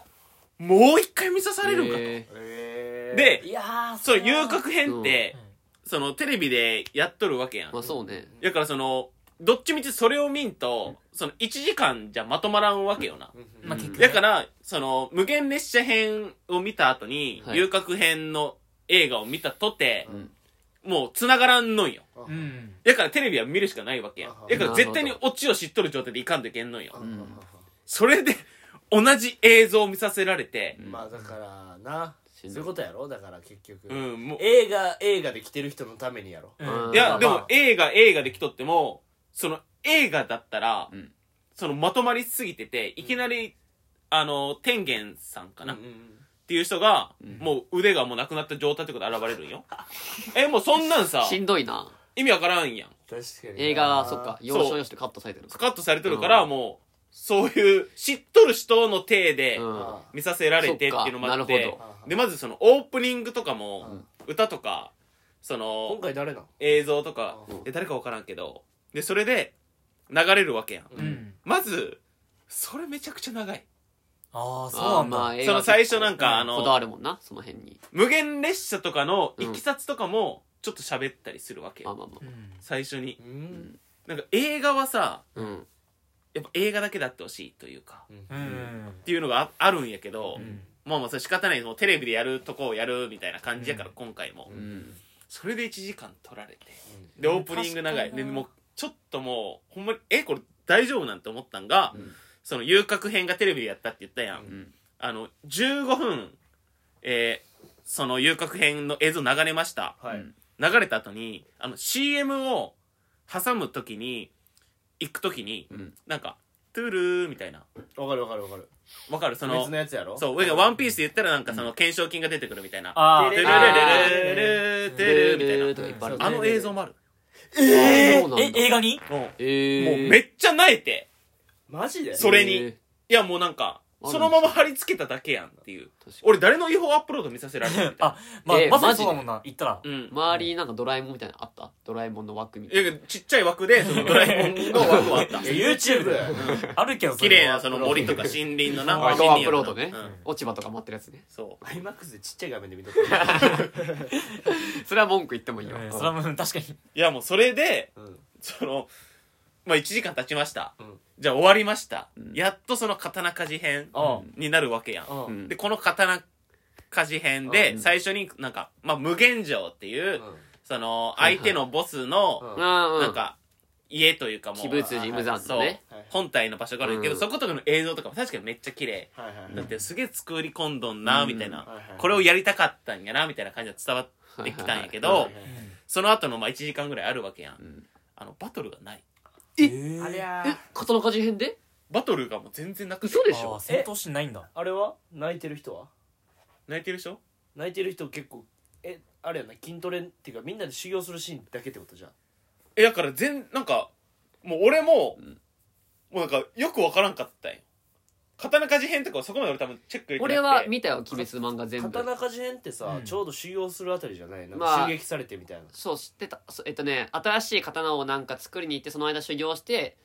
D: もう一回見さされるんかと、
B: へ
A: えー
D: で
C: いやー
D: そう
C: れは
D: 遊郭編って、そのテレビでやっとるわけやん、
B: ーまあそうね
D: だからそのどっちみちそれを見んと、その1時間じゃまとまらんわけよな、
A: うんうん
C: まあ結局
D: だからその無限列車編を見た後に、
B: はい
D: 遊郭編の映画を見たとて
B: う、ん
D: もう繋がらんのんよ
A: あ
C: うん
D: だからテレビは見るしかないわけやん
A: あ
D: だから絶対にオチを知っとる状態でいかんといけんのんよ
A: あ
B: ん
D: それで同じ映像を見させられて
B: うん
A: まあだからな
B: し
A: そうんいう
B: どい
A: ことやろだから結局
D: うんもう
A: 映画映画で来てる人のためにやろ
B: うん
D: いやで
C: まあ
D: も映画映画できとってもその映画だったら、
B: うん
D: そのまとまりすぎてていきなり、あの天元さんかな、
A: うんうん
D: っていう人が、
B: ん
D: もう腕がもうなくなった状態ってことで現れる んよえもうそんなんさ
B: しんどいな
D: 意味わからんやん
A: 確かにな
B: 映画はそっか
A: う
B: 要所要所でカットされてる
D: カットされてるから
B: うん
D: もうそういう知っとる人の体で
B: うん
A: あ
D: 見させられてっていうのもあっ
B: そっかなる
D: て
B: ほ
A: あ
D: でまずそのオープニングとかも
A: うん
D: 歌とかそ
A: 今
D: の
A: 回誰なの
D: 映像とか
A: うん
D: で誰か分からんけどでそれで流れるわけやん
A: う
C: うんん。
D: まずそれめちゃくちゃ長い
C: ああ、そう
B: あ
C: な
B: ー
C: ん
B: まあ
C: だ。
B: 映
D: そ
B: 画
D: の
B: 結構
D: 最初なんかあ
B: こだわ
D: の
B: るもんなその辺に
D: 無限列車とかのいきさつとかもちょっと喋ったりするわけ
B: まあ
D: よ
B: まあま
C: うん
D: 最初に
A: うん
D: なんか映画はさ
B: あうん
D: やっぱ映画だけであってほしいというか
C: う
A: うん
C: ん
D: っ。ていうのがああるんやけど、
C: うん
D: まあまあそれ仕方ないもうテレビでやるとこをやるみたいな感じやから、
C: うん
D: 今回も
A: う
B: う、ん
D: それで1時間取られて
A: う
D: でオープニング長
C: 確
D: い
C: か
D: で
C: にな
D: もうちょっともうほんまにえこれ大丈夫なんて思ったんが、
B: うん
D: その遊郭編がテレビでやったって言ったやん、
B: うん
D: あの15分えーその遊郭編の映像流れました
A: はい、
B: うん
D: 流れた後にあの CM を挟む時に行く時に
B: うん
D: なんかトゥルーみたいな
A: わかるわかるわかる
D: わかるその
A: 別のやつやろ
D: そう、俺がワンピースで言ったらなんかその懸賞金が出てくるみたいな。
C: ああ、
D: てる
B: あ
D: るる
C: ー
D: るるるみたい
B: ル
D: な
B: ールとかいっぱいあるね
D: あの映像もある。
B: え
C: え、映画に
D: も
B: え
D: う
B: ー
D: めっちゃ泣いて。
A: マジで
D: それに
B: えー
D: いやもうなんか、そのまま貼り付けただけやんっていう
B: 確かに。
D: 俺誰の違法アップロード見させられるみたいな。
C: あ、まあ
B: え、
C: まさにそうだもんな、言ったら。
D: うん。
B: 周りになんかドラえもんみたいなのあったドラえもんの枠みたい
D: いやちっちゃい枠で、そのドラえも んの枠はあった
A: い。や YouTube だよ
C: あるけど、それ
D: 綺
C: は
D: 麗なその森とか森林の
B: な。
D: なん
B: ワー
D: か
B: ア
D: 森林
B: ップ
D: や
B: ロ
D: ろ
B: ードね
D: なうん。
B: 落ち葉とか待ってるやつね。
D: そう。
A: IMAX でちっちゃい画面で見とく
B: それは文句言ってもいいよ。
C: うんそれはうん確かに。
D: いやもうそれで、
A: うん
D: その、まあ1時間経ちました
A: うん。
D: じゃあ終わりました
B: ん。
D: やっとその刀鍛冶編
A: あ
D: になるわけやん。
A: あ
B: うん
D: でこの刀鍛冶編
B: う
D: で
B: ん
D: 最初になんか、まあ、無限城っていう、その
B: はいはい
D: 相手のボス
A: う
D: の
A: ん
B: うん
D: なんか家というかも
B: 鬼物
D: う
B: 寺無惨のね。
A: はい
D: 本体の場所があるけど、
B: うん
D: そことかの映像とかも確かにめっちゃ綺麗
A: はいはいはい
D: だってすげえ作り込んどんな
B: うん
D: みたい
A: はい
D: な、
A: はいはい
D: これをやりたかったんやなみたいな感じが伝わってきたんやけど、
B: はい
A: はいはい
D: その後のまあ1時間ぐらいあるわけやん、
B: ん
D: あのバトルがない
C: え
A: ありゃ
B: え
A: ー、
B: 刀鍛冶編で
D: バトルがもう全然なくて
B: 嘘で
C: あ
B: し
C: ー
B: ょ
C: 戦闘シーンないんだ。
A: あれは泣いてる人は
D: 泣いてるでしょ
A: 泣いてる人結構えあれやな筋トレっていうかみんなで修行するシーンだけってことじゃん
D: えだから全なんかもう俺も、もうなんかよくわからんかったんよ刀鍛冶編とかはそこまで俺多分チェックできなくて
B: 俺は見たよ、鬼滅の漫画全部。
A: 刀鍛冶編ってさ、
C: うん
A: ちょうど修行するあたりじゃないなん
B: ま
A: か
B: あ
A: 襲撃されてみたいな、
B: そう、知ってた。そうえっとね、新しい刀をなんか作りに行って、その間修行して、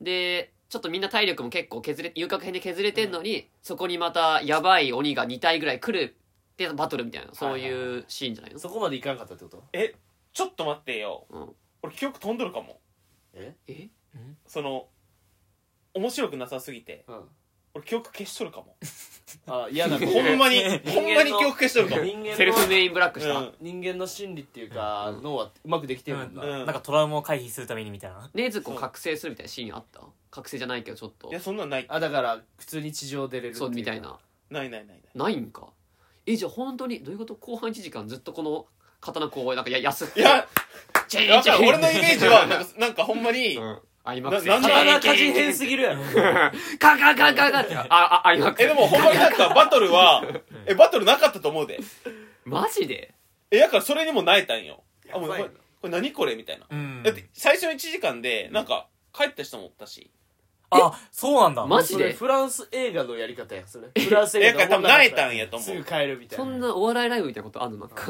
B: で、ちょっとみんな体力も結構削れ、遊郭編で削れてんのに、そこにまたやばい鬼が2体ぐらい来るでバトルみたいな、そういうシーンじゃないの
A: そこまでいかんかったってこと
D: えちょっと待ってよ、
B: うん
D: 俺記憶飛んどるかも
A: え
B: え
D: その面白くなさすぎて
A: うん
D: 俺記憶消しとるかも
A: あ嫌な
D: ほんまに
A: 人間の
D: ほんまに記憶消しとるかも
A: 人間の
B: セルフメインブラックした、
D: うん
A: 人間の心理っていうか、脳はうまくできてるもんな、
D: うん
C: なんかトラウマを回避するためにみたいな。
B: 禰豆子を覚醒するみたいなシーンあった覚醒じゃないけどちょっと
D: いやそんなんない
A: あだから普通に地上出れるって
B: そうみたい
A: か
B: な
D: ないないないな
B: な
D: い
B: いんかえじゃあ本当にどういうこと後半1時間ずっとこ の刀こうなんかや安っ
D: いや
B: チェーン
D: だ
B: チ
D: か
B: ェ
D: ら
B: ーン
D: 俺のイメー ジはなんかなんかほんまに、
B: うんアイマックス
D: なな
A: 刀
D: ん
A: 鍛冶編すぎるやろ
B: カンカンカンカンカンってああアイマックス
D: えでもほんまになんかバトルはえバトルなかったと思うで
B: マジで
D: えだからそれにも泣いたんよあもうこ
A: やばいな
D: れこれ何これみたいな
C: うん
D: だっ。て最初の1時間でなんか帰った人もおったし
C: あ、そうなんだ。
B: マジ
A: それ
B: で
A: フランス映画のやり方やんそれフランス
D: え
A: 映
D: だから
A: 画
D: 多
A: の
D: 分慣れたんやと思
A: すぐ
D: う
A: 帰るみたい
B: そ
A: なん
B: なお笑いライブみたいなことあるのなんか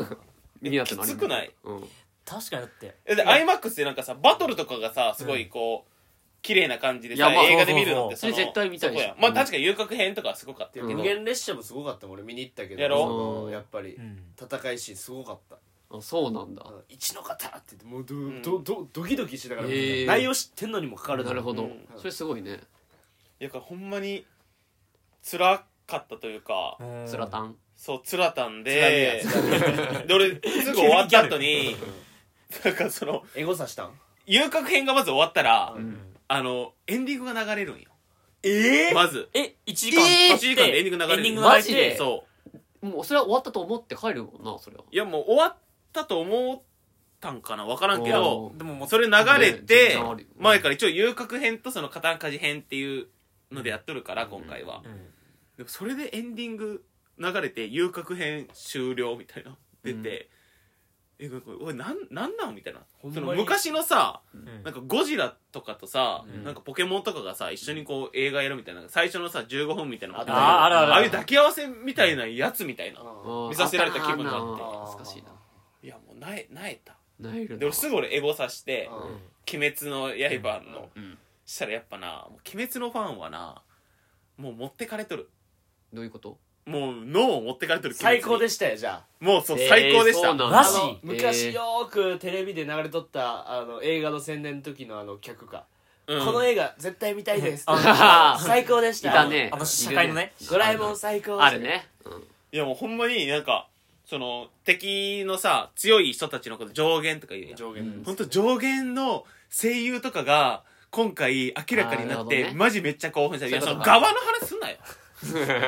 B: 見になってのあり
D: きつくない
B: うん
C: 確かにだって。
D: えで iMAX でなんかさバトルとかがさすごいこう綺麗な感じでさ
B: いやまあ
D: 映画で見るのって
B: そうそうそうそれ絶対見たい
D: そ
B: し
D: こやんまあ確かに遊郭編とかはすごかったよ
A: 人
D: けど
A: 間列車もすごかったもん俺見に行ったけど
D: やろ
A: そのやっぱり
C: うん。
A: 戦いシーンすごかった
B: あそうなんだ
A: あの一の方って言ってもうど、
D: ん
A: どどドキドキしながら、
B: へえ
A: 内容知ってんのにもかかわらず
B: なるほ
D: う
B: ど
D: ん
B: それすごいね
D: いやだからほんまに辛かったというか
C: うん
B: つらたん
D: そう辛たんで
A: つらみやつらみ
D: で俺すぐ終わった後になんかその
A: エゴさしたん
D: 遊郭編がまず終わったら、
A: うん
C: うん
D: あのエンディングが流れるんよ
A: え
D: まず
C: え、1時
D: えー
C: 間経って。
D: 1時間でエンディング流れる
C: エンディング流れ
B: マジで
C: て。
D: そう
B: もうそれは終わったと思って帰るもんなそれはい
D: やもう終わったと思ったんかな分からんけ
B: お
D: ど
B: ー
C: でももう
D: それ流れて
B: ね全然あるよ
D: 前から一応遊郭編とその刀鍛冶編っていうのでやっとるから今回は
C: うん
D: でもそれでエンディング流れて遊郭編終了みたいな出てえこれこれこれなんなんなんみたいな
A: ほんま
D: そ
A: に
D: の昔のさ
C: うん
D: なんかゴジラとかとさ、
B: うん
D: なんかポケモンとかがさ一緒にこう映画やるみたいな最初のさ15分みたいなの
B: あっ
D: あった
B: ね
D: たじゃん
C: ああるある
D: ああいう抱き合わせみたいなやつみたいな、
A: うん
D: 見させられた気分になって
B: あー懐かしい
D: いやもうなえなえた
B: ななえるな
D: で俺すぐ俺エゴさして
A: うん
D: 「鬼滅の刃」の
B: うん
D: したらやっぱな「もう鬼滅」のファンはなもう持ってかれとる
B: どういうこと
D: もう脳を持ってかれとる
A: 最高で
D: し
A: したよじゃあ
D: もうそう、
B: えー
D: 最高でし
B: そ
D: た
B: うなんだ
C: マジ
A: あの
B: えー
A: 昔よーくテレビで流れとったあの映画の宣伝の時のあの客か、
D: うん
A: この映画絶対見たいです
B: あ
A: 最高でし
B: い
A: た
B: たね
C: あの社会のね
A: ドラえもん最高
B: あるねうん
D: いやもうほんまになんかその敵のさ強い人たちのこと上限とか言うやん
A: 上限、
D: ほんと上限の声優とかが今回明らかになっ
B: あーなる
D: て
B: ほどね
D: マジめっちゃ興奮したいや
B: そうい
D: そうの
B: ことか
D: 側の話すんなよ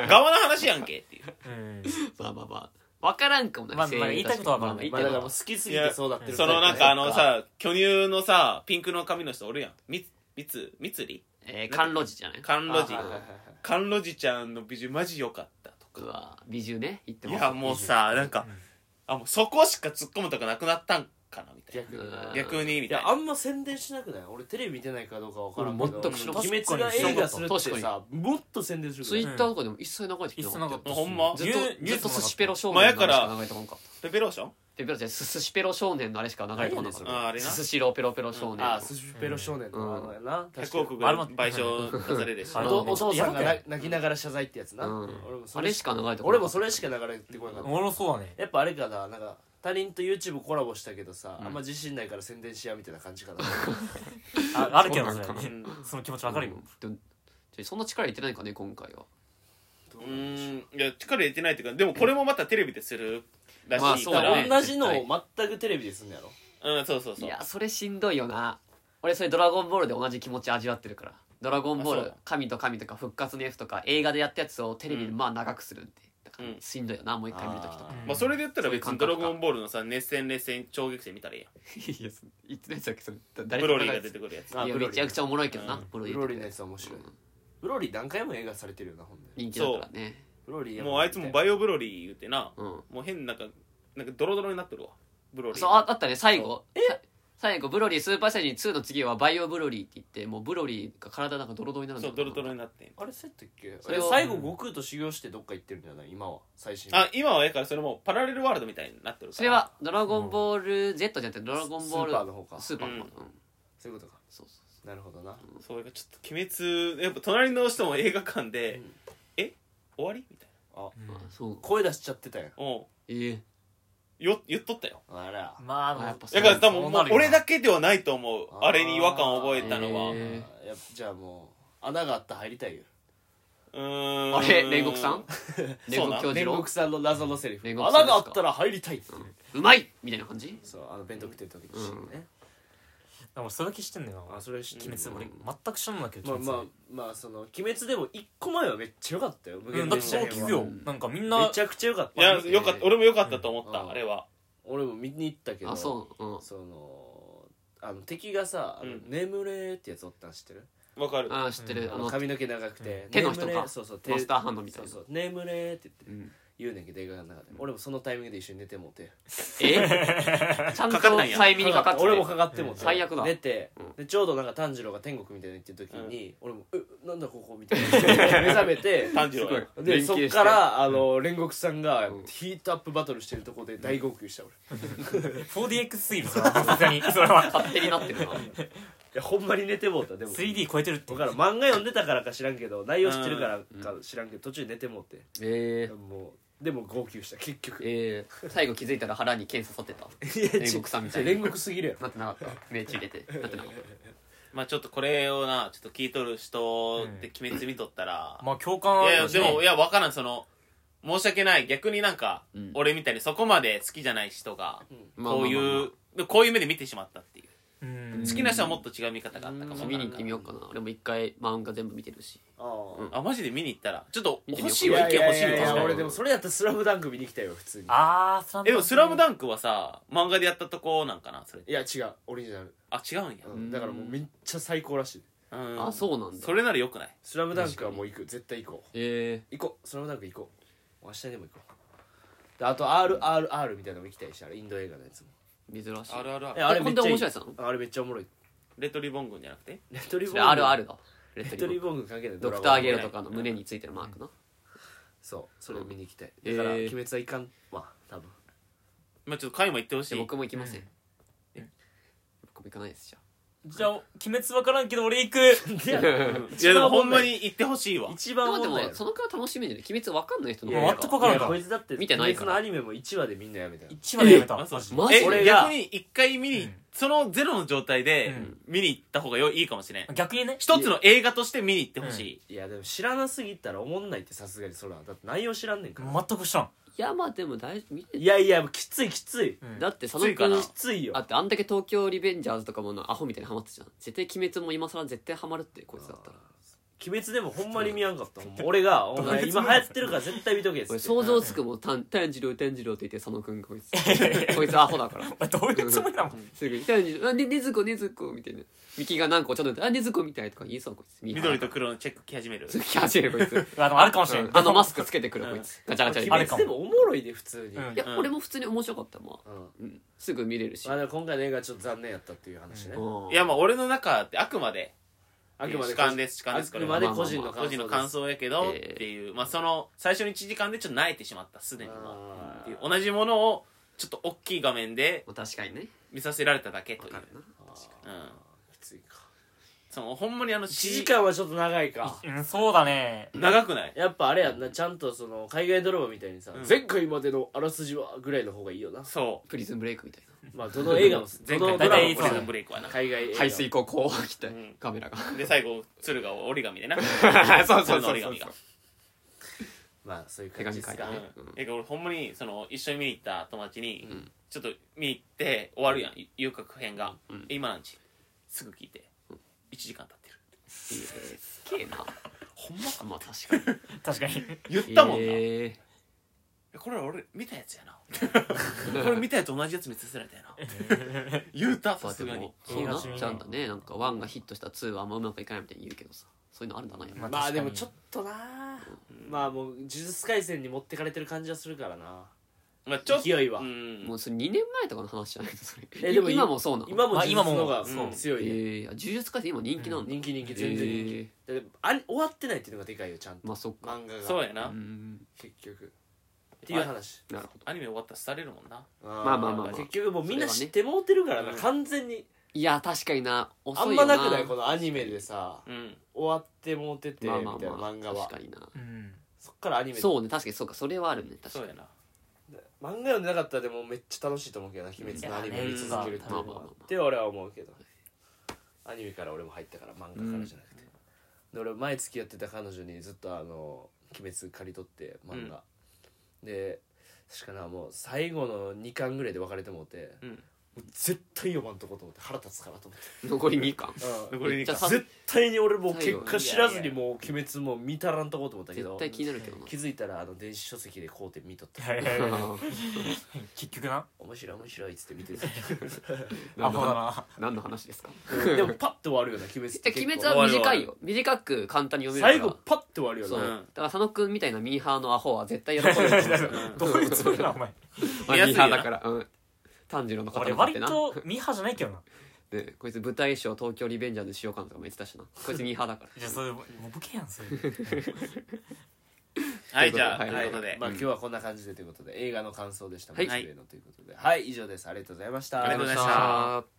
D: 側の話やんけっていう
C: うん
B: まあまあまあ分からんかもな
C: まあまあ言いたいことは
B: まあまあ
C: 分
A: ま
C: か
A: あ、
B: 言
A: だか
B: いたい
A: ら
B: こ
A: もう
B: と
A: 好きすぎてそうなってる
D: その
A: タ
D: な
A: イ
D: ん
A: プ
D: か
A: ね
D: あのさ巨乳のさピンクの髪の人おるやんみみつみつり
B: えー甘露寺じゃない
D: 甘露寺
A: あはいはいはい
D: 甘露寺ちゃんの美女マジ良かったと
B: うわ美獣ね言って
D: い
B: ます
D: やもうさなんか
C: うん
D: あもうそこしか突っ込むとかなくなったんかなみたい
A: 逆に
D: な
B: うん
D: 逆にみ
A: い
D: たい
A: や
D: な
A: あんま宣伝しなくない俺テレビ見てないかどうかわからんけど
B: 俺全く知らん
A: 鬼滅が映画するって
B: 確か
A: さもっと宣伝する
B: ツイッターとかでも一切流れてきて
C: 一
B: な
C: 切
B: か
C: な
B: った
C: か
B: よ
C: った
D: ほんま
B: ずっとずっと寿司ペロ少
D: まあ
B: 年
D: や
B: の
D: か
B: 話
D: ら
B: しか流れてこなかった
D: ペペローション
B: ペペロちゃん寿司ペロ少年のあれしか流れてこなかっ
A: 何や
D: ねんそれ
B: た
D: あれな
B: 寿司ロペロペロ少年
A: ああスシペロ少年のあのやな確か
D: 100
A: に
D: 億ぐらい賠 償出されるでし
C: あ
A: お
C: の
D: ょ
A: 父
C: ね
A: お父さんが
C: やば
A: ない泣きながら謝罪ってやつな、
B: うん
A: 俺もそ
B: あ
A: れ
B: れ
A: し
B: しか流れてこな
A: 俺
B: か
A: も
B: った
A: それしか流れてこなかった、
C: おもろそうだね
A: やっぱあれかななんか他人と YouTube コラボしたけどさ、あんま自信ないから宣伝しやみたいな感じかな
C: ああるけど
B: そう
C: そ
B: な
C: れ
B: んかな
D: うん
C: その気持ちわかるよ
B: でもじゃあそんな力入れてないかね今回は
A: ど
D: う
A: うなんでしょ
D: ーんいや力入れてないっていうかでもこれもまたテレビでするら
B: まあ
D: しい
B: そ
A: う
B: う
A: だ
D: か
A: からら
B: ね
A: 同じのを全くテレビですんのやろ
D: うんそうそう
B: い
D: そう
B: やそれしんどいよな俺それ「ドラゴンボール」で同じ気持ち味わってるから「ドラゴンボー
D: あそう
B: ル
D: だ」
B: 「神と神」とか「復活の F」とか映画でやったやつをテレビで
D: うん
B: まあ長くするんでだから
D: うん
B: しんどいよなもう一回見るときとか
A: あ
C: ー
D: まあそれで言ったら別
B: そういう感
D: に「ドラ
B: 覚か
D: ゴンボール」のさ熱戦熱戦超激戦見たらいいや
B: いやそいつのやつだっけそれ
D: ん
B: 誰
D: ブロリーが
B: て
D: 出てくるやつ
A: あ
B: いや
A: ブロリ
B: め
A: ー
B: ちゃくちゃおもろいけどな、
D: うん
B: ブロリ
A: ブ
B: ー
A: ロリー
B: と
A: の
B: か
A: やつ面白いブロリー何回も映画されてるよなほんで
B: 人気だからね
A: ブロリー
D: もうあいつもバイオブロリー言ってな
B: う、ん
D: もう変なんかなんかドロドロになってるわブロリー
B: そうああったね最後さ最後ブロリースーパーサイヤ人2の次はバイオブロリーって言ってもうブロリーが体なんかドロドロになるんだ
D: そうドロドロになってん
A: あれそうやったっけ
B: それ
A: え
B: を
A: 最後悟空と修行してどっか行ってるんじゃない今は最新
D: あ今はやからそれもうパラレルワールドみたいになってるから
B: それは「ドラゴンボール Z」じゃなくて「ドラゴンボール
A: スーパーの方か
B: スーパーの方うん
A: そういうことか
B: そうそう
A: なるほどな
D: そういうちょっと鬼滅やっぱ隣の人も映画館で
A: うん
D: 「え終わり?」みたい
A: あ
B: そうあそう
A: 声出しちゃってたやん
D: なお
B: ええ
D: うよ言っとったよ
A: あら
C: まあ
B: あや
C: あ
B: っぱ
C: の
B: そう
D: だから多
C: そう
D: 分も
C: な
D: う
C: るよな
D: 俺だけではないと思う
A: あー
D: あれに違和感を覚えたのは、
B: えー
A: あーやっぱじゃあもう穴があったら入りたいよ
D: うーん
B: あれ煉獄さん煉
D: そう
B: 獄
D: な
B: 教
A: 煉
B: 授郎
A: 獄さんの謎のセリフ
B: 煉
A: 穴
B: 獄さんです
A: が
B: か
A: あったら入りたいっていう
B: うまいみたいな感じ
A: そうあの弁当食ってる時にシーンね
C: でも俺それだけ知ってんのよ
A: あそれ知って
C: 鬼
A: る
C: 滅俺全く知らんのだけ
A: ま
C: ど
A: あ
C: 鬼
A: まあ
C: 滅
A: まあその「鬼滅」でも一個前はめっちゃ良かったよ無
C: うん
A: 限
C: だって
A: 列車
C: そう
A: 編
C: 聞
A: は
C: くよなんかみん
A: め
C: な
A: ちゃくちゃ良かっ
D: い
A: た
D: や
A: よ
D: よかった俺もよかったと思った、
A: うん
D: あれは
A: 俺も見に行ったけど
B: あそううん
A: そのあの敵がさ「あの
D: うん
A: 眠れ」ってやつおったん知ってる
D: わかる
B: ああ知って
C: う
B: る
A: あ
B: あ
A: の
B: の
A: 髪の毛長くて
B: うん手の人か
A: 眠れそうそう手
B: モンスターハンドみたいな
A: そうそう眠れって言って
B: うん
A: 言うねんけど映画の中で俺もそのタイミングで一緒に寝てもうて
B: えちゃんと
D: かかったんや
B: 催眠にかかって
A: 俺もかかってもうて
B: 最悪だ
A: 寝て
B: うん
A: でちょうどなんか炭治郎が天国みたいに行ってる時に俺も「えなんだここ」みたいな目覚めて
D: 炭治郎や
A: ですそ
B: ごい
A: っ
B: 連携して
A: からあの煉獄さんが
B: うん
A: ヒートアップバトルしてるとこで大号泣した俺い
C: 4DX すぎるそれはさすがにそれは
B: 勝手になってるな
A: やほんまに寝てもうたでも
C: 3D 超えてるって
A: 分からん漫画読んでたからか知らんけど内容知ってるからか知らんけど途中で寝てもうて
B: ええ
A: もうでも号泣した結局
B: ええ最後気づいたら腹に剣刺さってた
A: いや
B: 煉獄さんみたいな
A: ちょちょ煉獄すぎるやろ
B: なってなかった目血出てなってなかっ
D: まあちょっとこれをなちょっと聞いとる人で鬼滅見とったら、
C: まあ共感
D: い
C: あ
D: やい
C: る
D: や
C: よ
D: でもいやわからんその申し訳ない逆になんか、
B: うん
D: 俺みたいにそこまで好きじゃない人が、
B: た
D: こういうでこういう目で見てしまったっていう
C: うん
D: 好きな人はもっと違う見方があったかもわからん
B: 見に行ってみようかな俺も一回漫画全部見てるし
A: ああ
D: あマジで見に行ったらちょっと
B: 見てみよ
D: 欲
B: う
D: しいわ意見欲しい
A: ややや
B: 確
D: わ
B: かに
A: 俺でもそれやったら「スラムダンク見に来たよ普通に
C: ああ
D: えでも「スラム
C: ン
D: ダンクはさ漫画でやったとこなんかなそれ
A: いや違うオリジナル、
D: あ違うんや
A: うん
B: ん
A: だからもうめっちゃ最高らしい
D: うん
B: あそうなんだ
D: それならよくない
A: 「スラムダンクはもう行く絶対行こう
B: ええ
A: 行こう「スラムダンク行こう明日でも行こであと RRR みたいなのも行きたいしあれインド映画のやつも
B: 珍しい
D: あるあるあ
A: え
D: る
A: あれめ
B: こ
A: っ
B: ん
A: ち
B: な
A: ゃい
B: 面
A: い
B: 白いやつなの
A: あれめっちゃおもろい
D: レトリボン軍じゃなくて
A: レトリボ
B: そ
A: ン
B: れ
A: 軍
B: あるあるだレ
A: レ
B: ッ
A: ト
B: ドリ
A: リ
B: ボ
A: ボ
B: ン
A: ン軍関係ない
B: ドクターゲ
A: ロ
B: ロとかの胸についてるマークな
A: そうそれ見に行きたい
B: うん
A: だから
B: えー
A: 鬼滅はいかんわ多分
D: まあちょっと回も行ってほしい
B: 僕も行きません
C: うん
B: え僕も行かないですじゃ
C: じゃあ鬼滅わからんけど俺行く
A: いや
D: いやでもほんまに行ってほしいわ
A: 一
B: あ
A: 番
B: まあで
A: 問題
B: もそのくらい楽しめんじゃない鬼滅わかんない人の
C: いや
B: 方が
C: 全くわからん
A: こいつだって
B: 見てないか
A: 鬼滅
B: ら
A: のアニメも1話でみんなやめたよ
C: 一話でやめた
D: あそう
C: マジ
B: マジ
D: え
A: 俺が
D: 逆に一回見に、
C: うん
D: そのゼロの状態で
C: うん
D: 見に行った方がよいいかもしれん
C: 逆にね
D: 一つの映画として見に行ってほしい、
A: いやでも知らなすぎたら思んないってさすがにそらだって内容知らんねんから
C: 全く知らん
B: いやまあでも大丈夫見て
A: いやいやきついきつい
C: うん
B: だって佐
D: つ
B: 野
D: いか
B: 君
D: な
A: きついよ
B: あってあんだけ東京リベンジャーズとかもなアホみたいにハマってたじゃん絶対鬼滅も今更絶対ハマるってこいつだったら
A: 鬼滅でもほんまに見やんかったほんま俺が「お前今流行ってるから絶対見とけ」っつ
B: 俺
A: って
B: 想像つくもん炭炭治郎炭治郎って言って佐野君こいつこいつアホだから
C: どういうつもりなの
B: すぐに炭治郎あねねずこねずこみたいなミキが何個ちょっと待ってあねずこみたいとか言いそうこいつ
D: 緑 と黒のチェック来始める
B: つき始めるこいつ
C: うわでもあるかもしれん
B: うんあのマスクつけてくるこいつガチャガチャ
A: 鬼
B: で
C: あれか
A: 滅でもおもろいで普通に、
C: うん
B: いや
D: うん
B: 俺も普通に面白かったまあ
A: うん
B: うんすぐ見れるし
A: まあ、でも今回の映画はちょっと残念やったっていう話ね、
B: うん
D: いやまあ俺の中ってあくまで
A: あくまで
D: 主観です主観です
A: あ
D: こ
A: く
D: れ
A: ま
D: は
A: で個人の感想
D: 個人の感
A: 想
D: 想やけどっ
B: えー
D: ていう、まあその最初の1時間でちょっと慣れてしまったすでには
A: あ
D: っていう同じものをちょっと大きい画面で
B: まあ確かにね
D: 見させられただけと
B: わ
D: いう
B: かるな
D: うん、
A: ーきついか
D: そのほんまにあの
A: 1時間はちょっと長いか
C: うんそうだね
D: 長くない
A: やっぱあれやんなちゃんとその海外ドラマみたいにさ、
D: うん
A: 前回までのあらすじはぐらいの方がいいよな
D: そ
B: プリズンブレイクみたいな
A: まあどの映画も
D: う前
A: どの
D: 回
A: ドラマも
C: 大体
D: 大
C: いつも
D: 体プリズンブレイクはな
A: 海外映画
B: 排水口こう来て
D: ん
B: カメラが
D: で最後鶴が折り紙でな
B: そうそう
D: の
B: そ
D: 折
B: うそう
D: り紙が
A: まあそういう
B: 手
A: 感じ
B: 紙
A: で
B: 書い
A: す
B: て
A: か、
B: ね
D: うんえ俺ほんまにその一緒に見に行った友達に、
B: ん
D: ちょっと見に行って終わるやん遊郭編が、
B: ん
D: 今なんちすぐ聞いて、1時間経ってる
B: いいねすげえな
D: ほん
B: ま
D: ま
B: あ確かに
C: 確かに
D: 言ったもんな、
B: ええ
D: えこれ俺見たやつやな これ見たやつと同じやつ見させられたやな言うた
B: ま
D: さ
B: あ
D: す
B: で
D: がに
B: もそうなっちゃうんだ
C: 気
B: ねなんか1がヒットした2はあんまうまくいかないみたいに言うけどさそういうのあるんだなやっぱ
C: ま
A: まあ
C: 確か
A: で
C: に
A: もちょっとなあまあもう呪術廻戦に持ってかれてる感じはするからな
D: まあ、ちょっと
A: 勢いは
D: うん
B: もうそれ2年前とかの話じゃないのそれ
A: えでも
B: 今もそうなの
A: 今も
C: まあ
A: 呪術の方が
D: 今も
A: うん強いね
B: ええ呪術廻戦今人気なの
A: 人気人気全然人気だ
B: え
A: ってあれ終わってないっていうのがでかいよちゃん
B: え
A: と
B: まあそっか
A: 漫画が
D: そうやな、
B: うん
A: 結局っていう話
B: なるほど
D: アニメ終わったら廃れるもんな
A: ま
B: あまあまあまあ
A: 結局もうみんな
B: そ
A: 知
B: れはね
A: ってもうてるからな
D: うん
A: 完全に
B: いや確かにな
A: あ
B: 遅
A: ん
B: いよ
A: ま
B: な
A: なくないこのアニメでさ
D: うん
A: 終わってもうててみ
B: ま
A: たい
B: あ
A: な
B: まあまあ
A: 漫画は
B: 確かにな
C: うん
A: そっからアニメ
B: そうね確かにそうかそれはあるね確
D: そ
B: か
D: う
B: に
D: やな
A: 漫画読んでなかったらでもめっちゃ楽しいと思うけどな「鬼滅のアニメ」見続けるっていうのはって俺は思うけどアニメから俺も入ったから漫画からじゃなくて、で俺前付き合ってた彼女にずっとあの「鬼滅」借り取って漫画、で確かなもう最後の2巻ぐらいで別れてもうて
D: うん
A: もう絶対読まんとこと思って腹立つからと思
B: 残り2巻
A: って、
D: 残り
B: めっ
D: に
B: ちゃ
D: か
B: さ
A: 絶対に俺もう
B: 最
A: 結
B: 後
A: 果知らずにもう「鬼滅」も見たらんとこうと思ったけ
B: 絶
A: ど
B: 対気になるけどな
A: 気づいたらあの電子書籍で買うて見とった
C: いやいや
B: あ
C: いや
B: ー
C: 結局な
A: 面白い面白いっつって見て る
C: アホだな
B: 何の話ですか
A: でもパッと終わるよな鬼滅っ
B: じ
A: て
B: ゃあ鬼
A: 結構
B: 滅は短いよ短く簡単に読め
A: 最
B: るから
A: 後パッと終わるよ
B: そう
A: な
B: だ
D: ん
B: から佐野くんみたいなミーハーのアホは絶対喜ぶと思 うんですよ
D: うん
C: どういうつもりなのお前
B: まあミーハーだからうん炭治郎の方
C: 俺
B: になって
C: 割
B: な
C: とミーハーじゃないけどな
B: でこいつ舞台賞東京リベンジャーズしようかなとかも言ってたしなこいつミーハーだから
C: じゃあそれもうボケやんそれ
D: はいじゃ
B: は
D: あと
B: い
D: いうことで
A: まあ今日はこんな感じでということで映画の感想でした
B: はい
A: 松上のということではい以上ですありがとうございました
D: ありがとうございました
B: ありがとうございました